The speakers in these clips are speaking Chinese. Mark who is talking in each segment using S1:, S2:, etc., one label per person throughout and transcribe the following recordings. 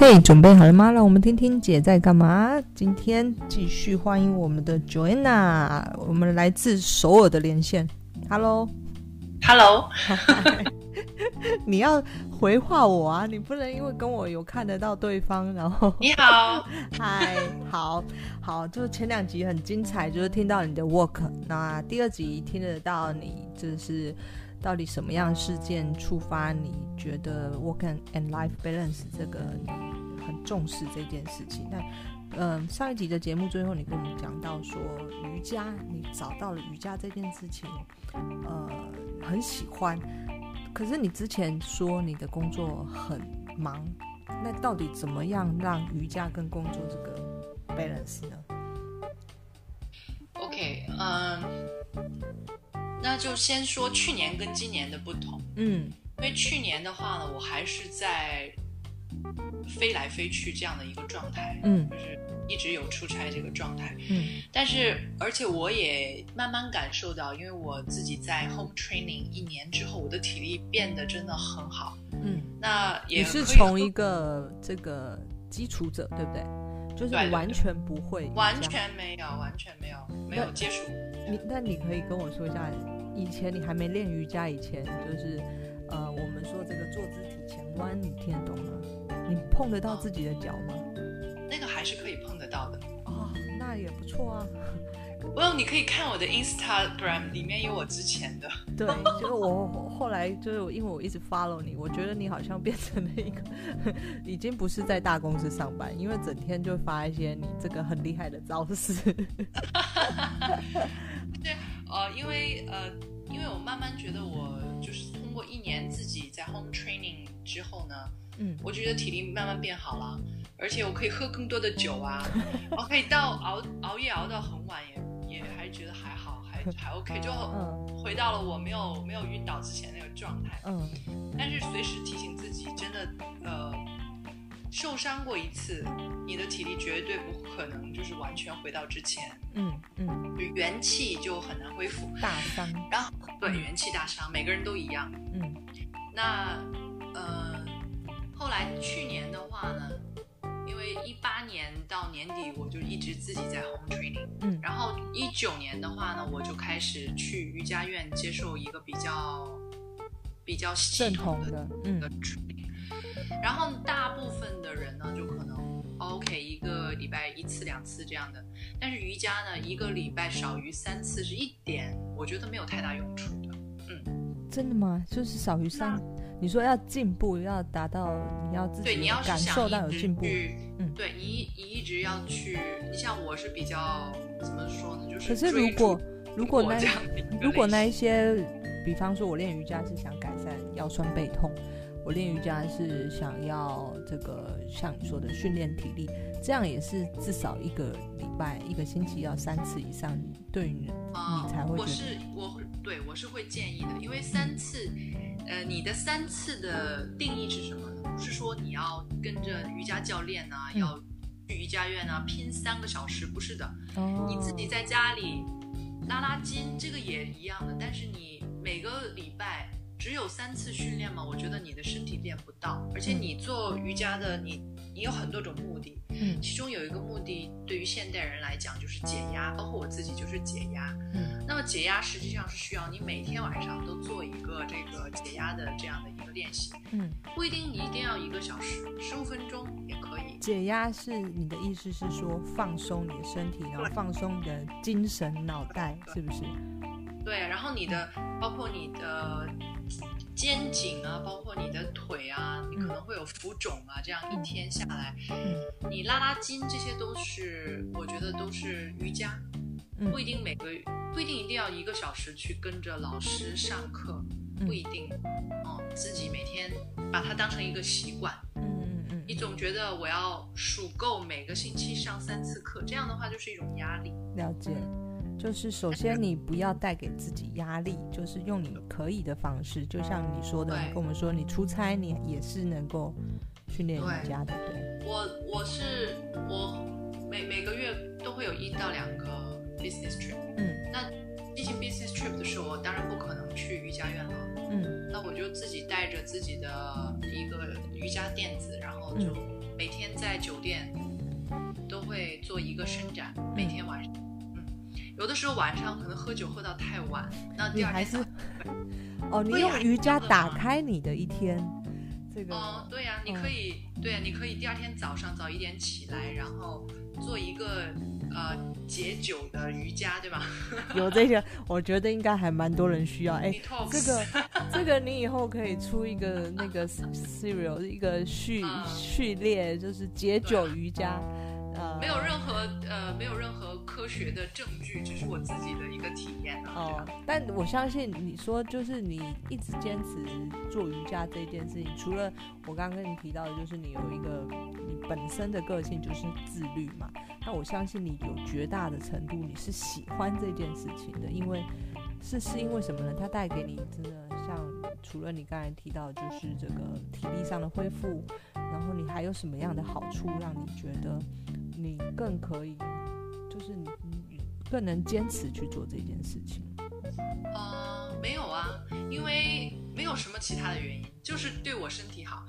S1: 嘿、准备好了吗？让我们听听姐在干嘛。今天继续欢迎我们的 Joanna，我们来自首尔的连线。Hello，
S2: Hello，
S1: 你要回话我啊，你不能因为跟我有看得到对方，然后
S2: 你好。
S1: 嗨，好好，就是前两集很精彩，就是听到你的 work，那第二集听得到你就是到底什么样的事件触发你觉得 work and and life balance 这个你很重视这件事情。那嗯、上一集的节目最后你跟我们讲到说瑜伽，你找到了瑜伽这件事情，呃，很喜欢。可是你之前说你的工作很忙，那到底怎么样让瑜伽跟工作这个 balance 呢？
S2: OK，嗯、那就先说去年跟今年的不同，
S1: 嗯
S2: 因为去年的话呢，我还是在飞来飞去这样的一个状态，
S1: 嗯
S2: 就是一直有出差这个状态。
S1: 嗯
S2: 但是，而且我也慢慢感受到，因为我自己在 home training 一年之后，我的体力变得真的很好。
S1: 嗯，
S2: 那也
S1: 你是
S2: 可以
S1: 从一个这个基础者，对不对？就是
S2: 对对
S1: 你完全不会瑜伽
S2: 完。全没有，完全没有，没有接触。
S1: 你那你可以跟我说一下，以前你还没练瑜伽以前，就是呃，我们说这个坐姿体前弯，你听得懂吗？你碰得到
S2: 哦
S1: 自己的脚吗？
S2: 那个还是可以碰得到的。
S1: 哦，那也不错啊。
S2: Well，你可以看我的 Instagram，里面有我之前的。
S1: 对， 就是我后来就是我因为我一直 follow 你，我觉得你好像变成了一个， 已经不是在大公司上班，因为整天就发一些你这个很厉害的招式。
S2: 呃，因为呃，因为我慢慢觉得我就是通过一年自己在 home training 之后呢，
S1: 嗯
S2: 我觉得体力慢慢变好了，而且我可以喝更多的酒啊，我可以到熬熬夜熬到很晚也也还觉得还好，还还 OK，就
S1: 嗯
S2: 回到了我没有没有晕倒之前那个状态。
S1: 嗯
S2: 但是随时提醒自己，真的，呃，受伤过一次，你的体力绝对不可能就是完全回到之前，
S1: 嗯嗯，
S2: 就元气就很难恢复。
S1: 大伤。
S2: 然后对元气大伤，每个人都一样。
S1: 嗯
S2: 那呃，后来去年的话呢，因为一八年到年底我就一直自己在 home training，
S1: 嗯
S2: 然后一九年的话呢，我就开始去瑜伽院接受一个比较比较系
S1: 正
S2: 统
S1: 统
S2: 的
S1: 的。
S2: 的
S1: 嗯
S2: 处理。然后大部分的人呢，就可能哦 OK 一个礼拜一次两次这样的，但是瑜伽呢，一个礼拜少于三次是一点，我觉得没有太大用处的。
S1: 真的吗？就是少于三。你说要进步，要达到你要自
S2: 啊对，
S1: 己
S2: 你
S1: 有
S2: 要是
S1: 感
S2: 想
S1: 受到有
S2: 一直
S1: 进步，
S2: 去，
S1: 嗯
S2: 对你一你一直要去，你像我是比较怎么说呢，就是
S1: 可是
S2: 追
S1: 如果
S2: 逐
S1: 如果那
S2: 这样的一个
S1: 如果
S2: 类
S1: 那一
S2: 型
S1: 些，比方说我练瑜伽是想改善腰酸背痛，我练瑜伽是想要这个像你说的训练体力，这样也是至少一个礼拜、一个星期要三次以上，对于你
S2: 啊，
S1: 才会
S2: 我
S1: 觉得
S2: 是我会对我是会建议的，因为三次，呃，你的三次的定义是什么呢？不是说你要跟着瑜伽教练啊，
S1: 嗯
S2: 要去瑜伽院啊，拼三个小时，不是的，
S1: 哦
S2: 你自己在家里拉拉筋，这个也一样的。但是你每个礼拜只有三次训练嘛，我觉得你的身体练不到，而且
S1: 嗯
S2: 你做瑜伽的你。你有很多种目的，
S1: 嗯
S2: 其中有一个目的对于现代人来讲就是解压，包括我自己就是解压。
S1: 嗯
S2: 那么解压实际上是需要你每天晚上都做一个这个解压的这样的一个练习，
S1: 嗯，
S2: 不一定你一定要一个小时，十五分钟也可以。
S1: 解压是你的意思是说放松你的身体，然后
S2: 对
S1: 放松你的精神、脑袋，
S2: 对
S1: 是不是？
S2: 对，然后你的包括你的肩颈啊，包括你的腿啊，你可能会有浮肿啊，这样一天下来，你拉拉筋这些都是我觉得都是瑜伽，
S1: 嗯
S2: 不一定每个不一定一定要一个小时去跟着老师上课，不一定，嗯，自己每天把它当成一个习惯。
S1: 嗯嗯
S2: 你总觉得我要数够每个星期上三次课，这样的话就是一种压力。
S1: 嗯，了解。就是首先你不要带给自己压力，就是用你可以的方式，就像你说的，
S2: 对
S1: 你跟我们说你出差你也是能够训练瑜
S2: 对
S1: 伽的，对，
S2: 我我是我每每个月都会有一到两个 business trip。
S1: 嗯
S2: 那进行 business trip 的时候，我当然不可能去瑜伽院了，
S1: 嗯嗯
S2: 那我就自己带着自己的一个瑜伽垫子，然后就每天在酒店都会做一个伸展，每天晚上，嗯，有的时候晚上可能喝酒喝到太晚，那
S1: 嗯
S2: 第
S1: 你
S2: 二
S1: 还
S2: 天
S1: 是
S2: 早，
S1: 哦，你
S2: 对
S1: 用
S2: 呀
S1: 瑜伽
S2: 你知道
S1: 打
S2: 吗
S1: 开你的一天，这个
S2: 哦，对呀、你
S1: 嗯
S2: 可以，对、呀，你可以第二天早上早一点起来，然后做一个呃解酒的瑜伽，对吧？
S1: 有这个，我觉得应该还蛮多人需要。 哎，
S2: detox
S1: 这个这个你以后可以出一个那个 serial 一个序
S2: 嗯
S1: 序列，就是解
S2: 对
S1: 酒
S2: 啊
S1: 瑜伽，呃，
S2: 没有任何呃没有任何科学的证据，只是我自己的一个体验啊。对
S1: 哦
S2: 吧，
S1: 但我相信你说，就是你一直坚持做瑜伽这件事情，除了我刚刚跟你提到的，就是你有一个你本身的个性就是自律嘛。那我相信你有绝大的程度你是喜欢这件事情的，因为是是因为什么呢？它带给你真的像除了你刚才提到，就是这个体力上的恢复，然后你还有什么样的好处，让你觉得你更可以，就是你你更能坚持去做这件事情？哦
S2: 呃，没有啊，因为没有什么其他的原因，就是对我身体好。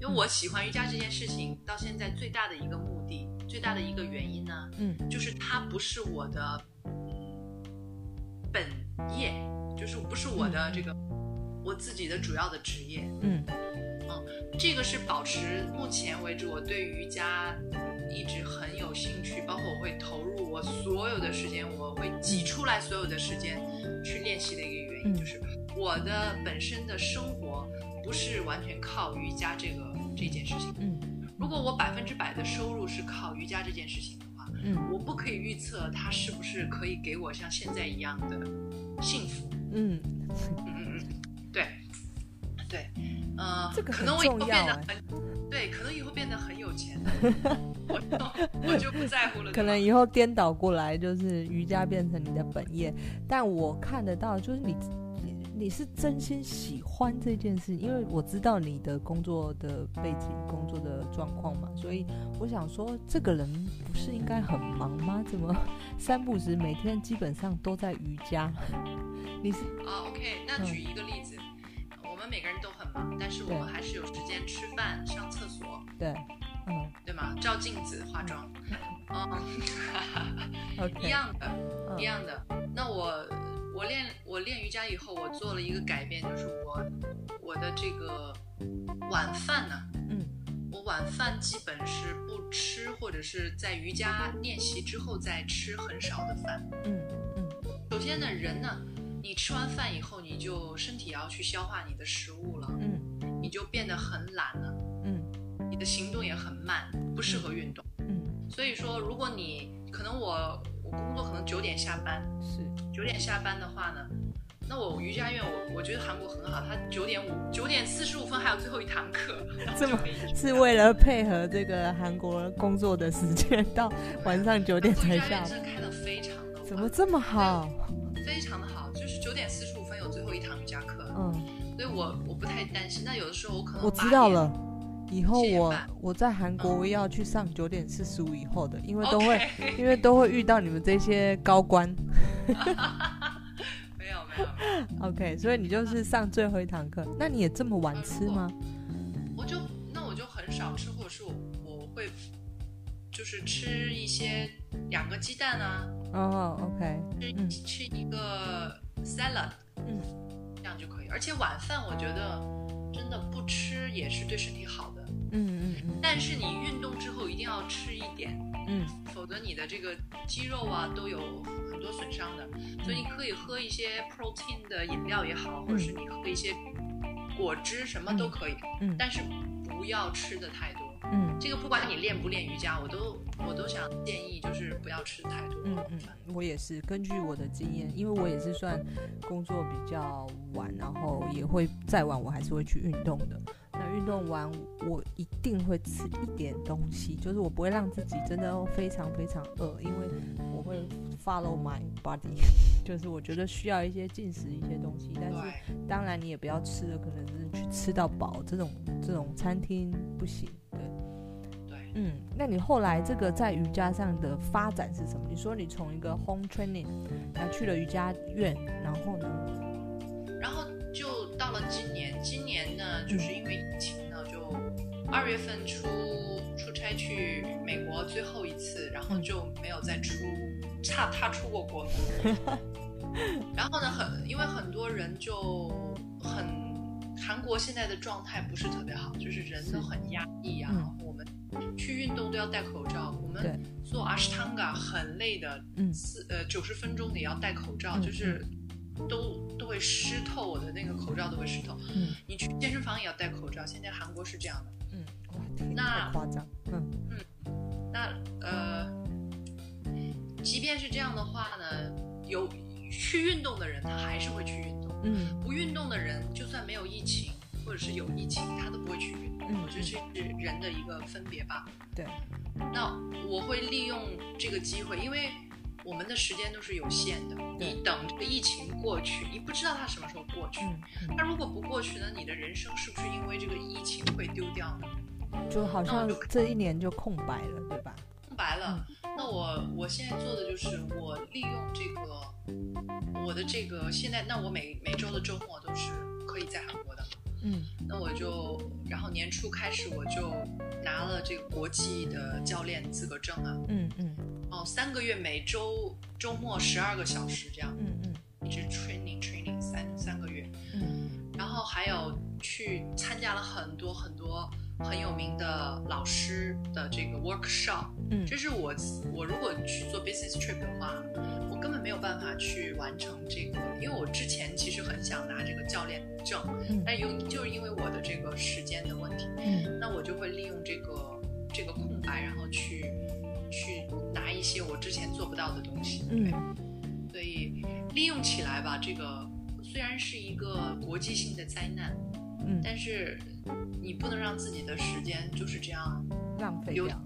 S2: 因为我喜欢瑜伽这件事情，到现在最大的一个目的，最大的一个原因呢，
S1: 嗯，
S2: 就是它不是我的嗯本业，就是不是我的这个我自己的主要的职业。
S1: 嗯
S2: 这个是保持目前为止我对瑜伽一直很有兴趣，包括我会投入我所有的时间，我会挤出来所有的时间去练习的一个原因，
S1: 嗯
S2: 就是我的本身的生活不是完全靠瑜伽这个这件事情。
S1: 嗯
S2: 如果我百分之百的收入是靠瑜伽这件事情的话，
S1: 嗯
S2: 我不可以预测它是不是可以给我像现在一样的幸福。
S1: 嗯，
S2: 嗯，嗯嗯，对，对，呃，
S1: 这个
S2: 可
S1: 很
S2: 能我以后
S1: 重
S2: 变得
S1: 要哎
S2: 很，对，可能以后变得很有钱， 我就我就不在乎了。
S1: 可
S2: 对吧
S1: 能以后颠倒过来，就是瑜伽变成你的本业。但我看得到，就是你你是真心喜欢这件事，因为我知道你的工作的背景、工作的状况嘛，所以我想说，这个人不是应该很忙吗？怎么三不五时每天基本上都在瑜伽？ 你是
S2: 啊，OK，那
S1: 嗯
S2: 举一个例子，我们每个人都很忙，但是我们
S1: 对
S2: 还是有时间吃饭、上厕所，
S1: 对，嗯
S2: 对吗？照镜子、化妆，嗯，一
S1: ，OK，
S2: 样的，
S1: 嗯
S2: 一样的。那我我练我练瑜伽以后，我做了一个改变，就是我我的这个晚饭呢、
S1: 嗯
S2: 我晚饭基本是不吃，或者是在瑜伽练习之后再吃很少的饭。
S1: 嗯嗯
S2: 首先呢，人呢，你吃完饭以后，你就身体也要去消化你的食物了，
S1: 嗯
S2: 你就变得很懒了，
S1: 嗯
S2: 你的行动也很慢，不适合运动。
S1: 嗯，
S2: 所以说，如果你可能我我工作可能九点下班，
S1: 是，
S2: 九点下班的话呢，那我瑜伽院我我觉得韩国很好，它九点五九点四十五分还有最后一堂课，
S1: 这 么
S2: 我就可以去
S1: 是
S2: 上
S1: 为了配合这个韩国工作的时间，到晚上九点才下
S2: 那
S1: 班
S2: 做瑜伽院真的开的非常的晚，
S1: 怎么这么好？
S2: 非常的好，就是九点四十五分有最后一堂瑜伽课，
S1: 嗯，
S2: 所以我我不太担心。那有的时候我可能
S1: 我知道了。以后
S2: 七点
S1: 我
S2: 半
S1: 我在韩国我也要去上九点四十五以后的，因为
S2: 8点，
S1: 都会
S2: OK
S1: 因为都会遇到你们这些高官。
S2: 没有没有，没有
S1: OK，所以你就是上最后一堂课。那你也这么晚吃吗？
S2: 我就那我就很少吃，或者是我我会就是吃一些两个鸡蛋啊，
S1: 哦，OK，
S2: 吃、
S1: 嗯
S2: 吃一个 salad，
S1: 嗯，
S2: 这样就可以。而且晚饭我觉得真的不吃也是对身体好的，
S1: 嗯嗯
S2: 但是你运动之后一定要吃一点。
S1: 嗯嗯
S2: 否则你的这个肌肉啊都有很多损伤的。所以你可以喝一些 protein 的饮料也好，或者是你喝一些果汁，什么都可以，
S1: 嗯
S2: 但是不要吃的太多。
S1: 嗯
S2: 这个不管你练不练瑜伽，我都我都想建议就是不要吃太多。
S1: 嗯嗯，我也是根据我的经验，因为我也是算工作比较晚，然后也会再晚我还是会去运动的。那运动完我一定会吃一点东西，就是我不会让自己真的哦非常非常饿，因为我会 follow my body，就是 我觉得需要一些进食一些东西，但是
S2: 对，
S1: 当然你也不要吃的可能是去吃到饱这种这种餐厅不行，对。
S2: 对，
S1: 嗯，那你后来这个在瑜伽上的发展是什么？你说你从一个 home training，然后去了瑜伽院，然后呢？
S2: 然后就到了今年，今年呢，就是因为疫情呢，就二月份出出差为去美国最后一次，然后就没有再出差踏出过国门。然后呢，很因为很多人就很韩国现在的状态不是特别好，就是人都很压抑啊。
S1: 嗯
S2: 我们去运动都要戴口罩，我们做阿斯汤嘎很累的，
S1: 嗯
S2: 四呃九十分钟也要戴口罩，
S1: 嗯
S2: 就是都都会湿透，我的那个口罩都会湿透。
S1: 嗯
S2: 你去健身房也要戴口罩，现在韩国是这样的。
S1: 嗯，哇，天，
S2: 那
S1: 太夸张，嗯
S2: 那呃，即便是这样的话呢，有去运动的人，他还是会去运动；
S1: 嗯
S2: 不运动的人，就算没有疫情，或者是有疫情，他都不会去运动。
S1: 嗯
S2: 我觉得这是人的一个分别吧。
S1: 对，
S2: 那我会利用这个机会，因为我们的时间都是有限的。
S1: 对
S2: 你等这个疫情过去，你不知道它什么时候过去。
S1: 嗯
S2: 它如果不过去呢，你的人生是不是因为这个疫情会丢掉呢？
S1: 嗯，就好像这一年就空白了，对吧？
S2: 空白了。那我我现在做的就是我利用这个我的这个现在，那我每每周的周末都是可以在韩国的。
S1: 嗯
S2: 那我就然后年初开始我就拿了这个国际的教练资格证啊，
S1: 嗯嗯
S2: 哦，三个月每周周末十二个小时这样，
S1: 嗯嗯
S2: 一直 training training 三三个月，
S1: 嗯
S2: 然后还有去参加了很多很多很有名的老师的这个 workshop。
S1: 嗯
S2: 这是我我如果去做 business trip 的话，我根本没有办法去完成这个，因为我之前其实很想拿这个教练证，
S1: 嗯
S2: 但由就是因为我的这个时间的问题，
S1: 嗯
S2: 那我就会利用这个这个空白，然后去去拿一些我之前做不到的东西，
S1: 嗯
S2: 所以利用起来吧。这个虽然是一个国际性的灾难，
S1: 嗯，
S2: 但是你不能让自己的时间就是这样
S1: 浪费
S2: 有
S1: 掉。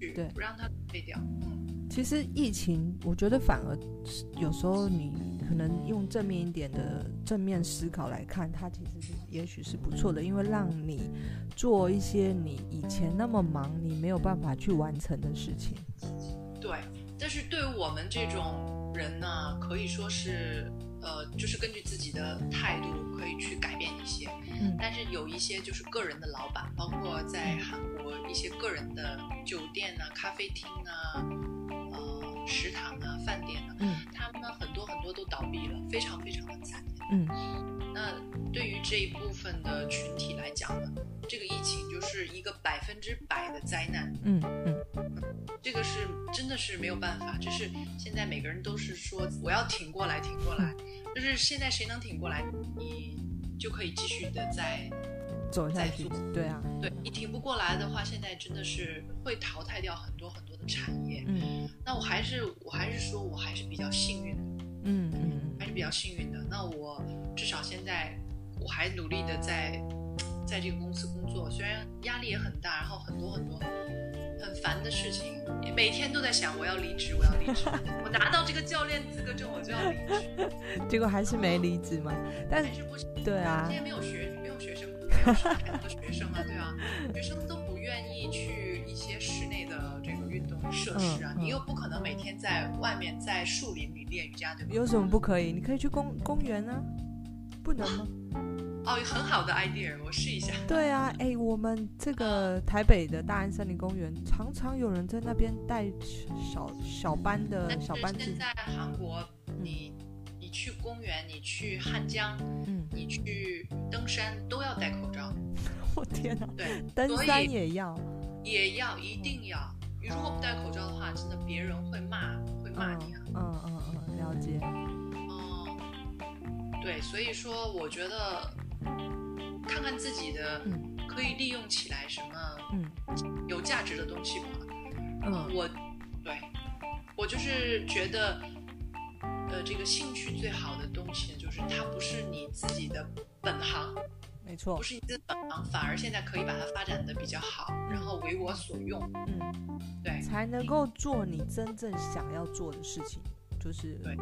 S2: 去
S1: 对
S2: 不让它废掉，嗯。
S1: 其实疫情，我觉得反而是有时候你可能用正面一点的正面思考来看，它其实是也许是不错的，因为让你做一些你以前那么忙你没有办法去完成的事情。
S2: 对，但是对我们这种人呢，可以说是，呃，就是根据自己的态度可以去改变一些。
S1: 嗯
S2: 但是有一些就是个人的老板，包括在韩国一些个人的酒店啊、咖啡厅啊、呃、食堂啊、饭店啊，
S1: 嗯
S2: 他们很多很多都倒闭了，非常非常的惨。
S1: 嗯
S2: 那对于这一部分的群体来讲呢，这个疫情就是一个百分之百的灾难。
S1: 嗯嗯
S2: 这个是真的是没有办法，就是现在每个人都是说我要挺过来，挺过来，就是现在谁能挺过来，你就可以继续的在
S1: 走下去
S2: 再，
S1: 对啊，
S2: 对你挺不过来的话，现在真的是会淘汰掉很多很多的产业。
S1: 嗯
S2: 那我还是我还是说我还是比较幸运的，
S1: 嗯嗯
S2: 还是比较幸运的。那我至少现在我还努力的在在这个公司工作，虽然压力也很大，然后很多很多很烦的事情，每天都在想我要离职，我要离职，我拿到这个教练资格证我就要离职，
S1: 嗯，结果还是没离职嘛。但
S2: 还是不行。
S1: 对啊
S2: 现，在没有学没有学生，没有上海的学生啊，对啊，学生都不愿意去一些室内的这个运动设施啊，
S1: 嗯嗯
S2: 你又不可能每天在外面在树林里练瑜伽，对吧？
S1: 有什么不可以？你可以去公公园啊，不能吗？
S2: 哦，很好的 idea，我试一下。
S1: 对
S2: 嗯
S1: 啊，哎、我们这个台北的大安森林公园，常常有人在那边带小小班的
S2: 但
S1: 呃小班嗯
S2: 是
S1: 制
S2: 现，在韩国，你你去公园，你去汉江，
S1: 嗯，
S2: 你去登山都要戴口罩，
S1: 我天哪、
S2: 对，
S1: 登
S2: 所以
S1: 山也要，
S2: 也要一定要。你如果不戴口罩的话，真的别人会骂，会骂
S1: 嗯
S2: 你啊。
S1: 嗯嗯嗯，了解，
S2: 哦，对，所以说我觉得看看自己的
S1: 嗯
S2: 可以利用起来什么
S1: 嗯
S2: 有价值的东西吧。
S1: 嗯
S2: 我对我就是觉得，呃，这个兴趣最好的东西呢，就是它不是你自己的本行，
S1: 没错
S2: 不，是你自己的本行，反而现在可以把它发展的比较好，然后为我所用。
S1: 嗯，
S2: 对，
S1: 才能够做你真正想要做的事情。就是
S2: 对，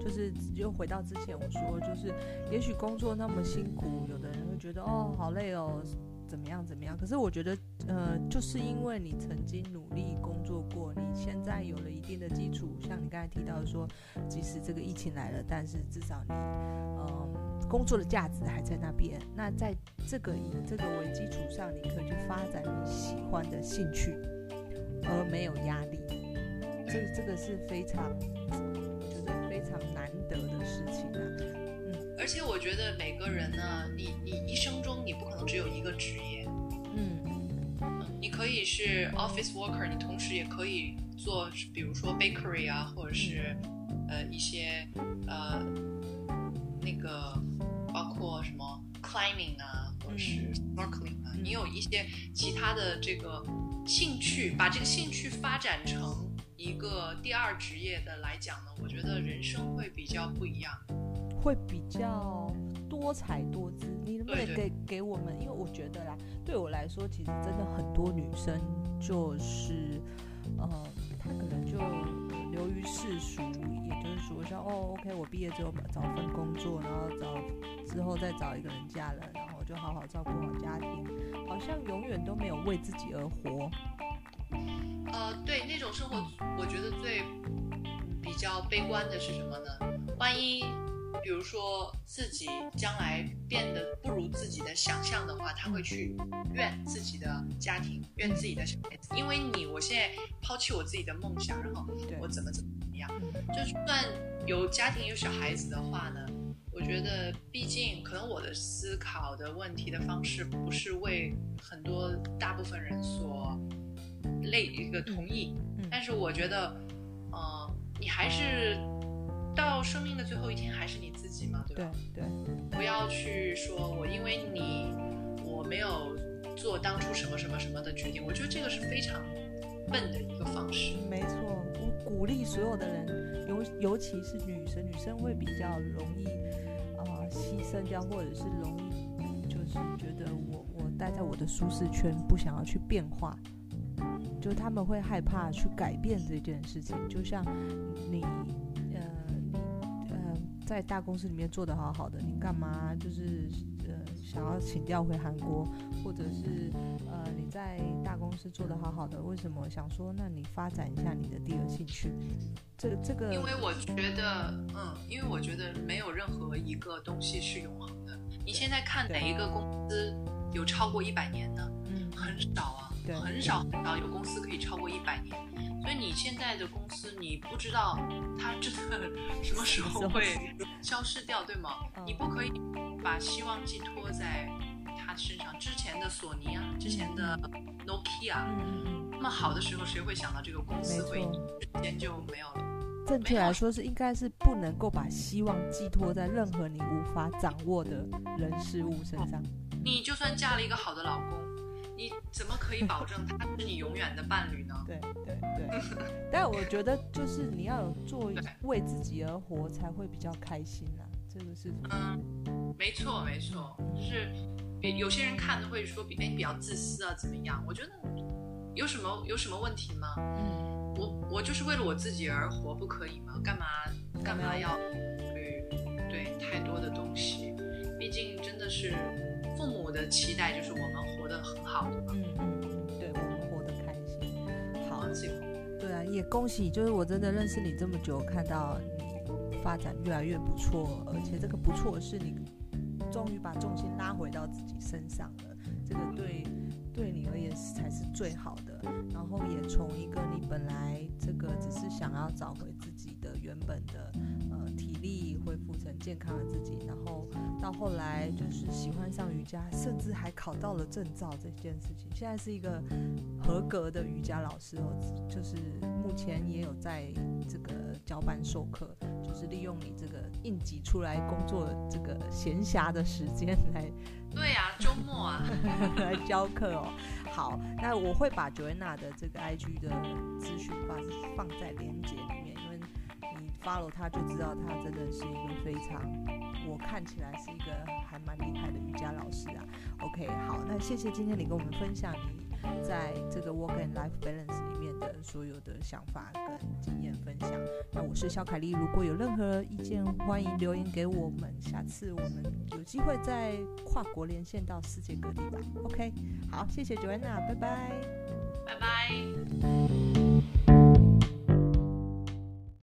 S1: 就是又回到之前我说，就是也许工作那么辛苦，有的人会觉得哦好累哦，怎么样怎么样。可是我觉得，呃，就是因为你曾经努力工作过，你现在有了一定的基础，像你刚才提到说，即使这个疫情来了，但是至少你，嗯，工作的价值还在那边。那在这个以这个为基础上，你可以去发展你喜欢的兴趣。而没有压力，这这个是非常，就是非常难得的事情啊。
S2: 而且我觉得每个人呢，你你一生中你不可能只有一个职业，
S1: 嗯
S2: 嗯你可以是 office worker，你同时也可以做，比如说 bakery 啊，或者是
S1: 嗯
S2: 呃一些呃那个包括什么 climbing 啊，或者是 snorkeling 啊，
S1: 嗯
S2: 你有一些其他的这个兴趣，把这个兴趣发展成一个第二职业的来讲呢，我觉得人生会比较不一样。
S1: 会比较多彩多姿。你能不能
S2: 对
S1: 给给我们？因为我觉得啦，对我来说，其实真的很多女生就是，呃，她可能就流于世俗，也就是说像哦，OK，我毕业之后找份工作，然后找之后再找一个人嫁人，然后就好好照顾好家庭，好像永远都没有为自己而活。
S2: 呃，对那种生活，我觉得最比较悲观的是什么呢？万一比如说自己将来变得不如自己的想象的话，他会去怨自己的家庭，怨自己的小孩子，因为你我现在抛弃我自己的梦想，然后
S1: 对嗯
S2: 我怎么怎么怎么样，就算有家庭有小孩子的话呢？我觉得，毕竟可能我的思考的问题的方式不是为很多大部分人所类一个同意，
S1: 嗯
S2: 但是我觉得，呃，你还是到生命的最后一天，还是你自己嘛，对啊
S1: 对
S2: 吧？
S1: 对，
S2: 不要去说我因为你我没有做当初什么什么什么的决定，我觉得这个是非常笨的一个方式。
S1: 嗯没错，我鼓励所有的人，尤尤其是女生，女生会比较容易啊、呃牺牲掉，或者是容易嗯就是觉得我我待在我的舒适圈，不想要去变化，就他们会害怕去改变这件事情。就像你呃你呃在大公司里面做得好好的，你干嘛就是呃想要请调回韩国，或者是呃，你在大公司做得好好的，为什么想说，那你发展一下你的第二兴趣？这这个，
S2: 因为我觉得，嗯，因为我觉得没有任何一个东西是永恒的。你现在看哪
S1: 对
S2: 一个公司有超过一百年呢？
S1: 嗯，
S2: 很少啊
S1: 对，
S2: 很少很少有公司可以超过一百年。所以你现在的公司，你不知道它真 的什么时候会消失掉，对吗
S1: 嗯？
S2: 你不可以把希望寄托在它身上。之前的索尼啊，之前的 Nokia，
S1: 嗯，
S2: 那么好的时候，谁会想到这个公司会
S1: 没
S2: 一
S1: 错
S2: 时间就没有了？
S1: 正确来说是应该是不能够把希望寄托在任何你无法掌握的人事物身上。
S2: 你就算嫁了一个好的老公，你怎么可以保证他是你永远的伴侣呢？
S1: 对对对，但我觉得就是你要有做为自己而活，才会比较开心啦、这个是
S2: 嗯，没错没错，就是比有些人看着会说比哎比较自私啊怎么样？我觉得有什么有什么问题吗？
S1: 嗯，
S2: 我我就是为了我自己而活，不可以吗？干嘛干嘛要去对太多的东西？毕竟真的是父母的期待就是我们活得很好，对吧
S1: 嗯嗯，嗯对我们活得开心。
S2: 我
S1: 好，
S2: 们自己
S1: 对啊，也恭喜！就是我真的认识你这么久，看到你发展越来越不错，而且这个不错是你终于把重心拉回到自己身上了，这个对对你而言是才是最好的。然后也从一个你本来这个只是想要找回自己的原本的呃体力，恢复成健康的自己，然后到后来就是喜欢上瑜伽，甚至还考到了证照这件事情，现在是一个合格的瑜伽老师哦，就是目前也有在这个教班授课，就是利用你这个应急出来工作的这个闲暇的时间来
S2: 对呀、周末啊，
S1: 来 教课哦。好，那我会把 Joanna 的这个 IG 的资讯放放在连接里面，因为你 follow 她就知道她真的是一个非常，我看起来是一个还蛮厉害的瑜伽老师啊。OK，好，那谢谢今天你跟我们分享你在这个 Work and Life Balance 里面的所有的想法跟经验分享。那我是肖凯丽，如果有任何意见，欢迎留言给我们。下次我们有机会再跨国连线到世界各地吧。OK，好，谢谢 Joanna，拜拜。
S2: 拜拜。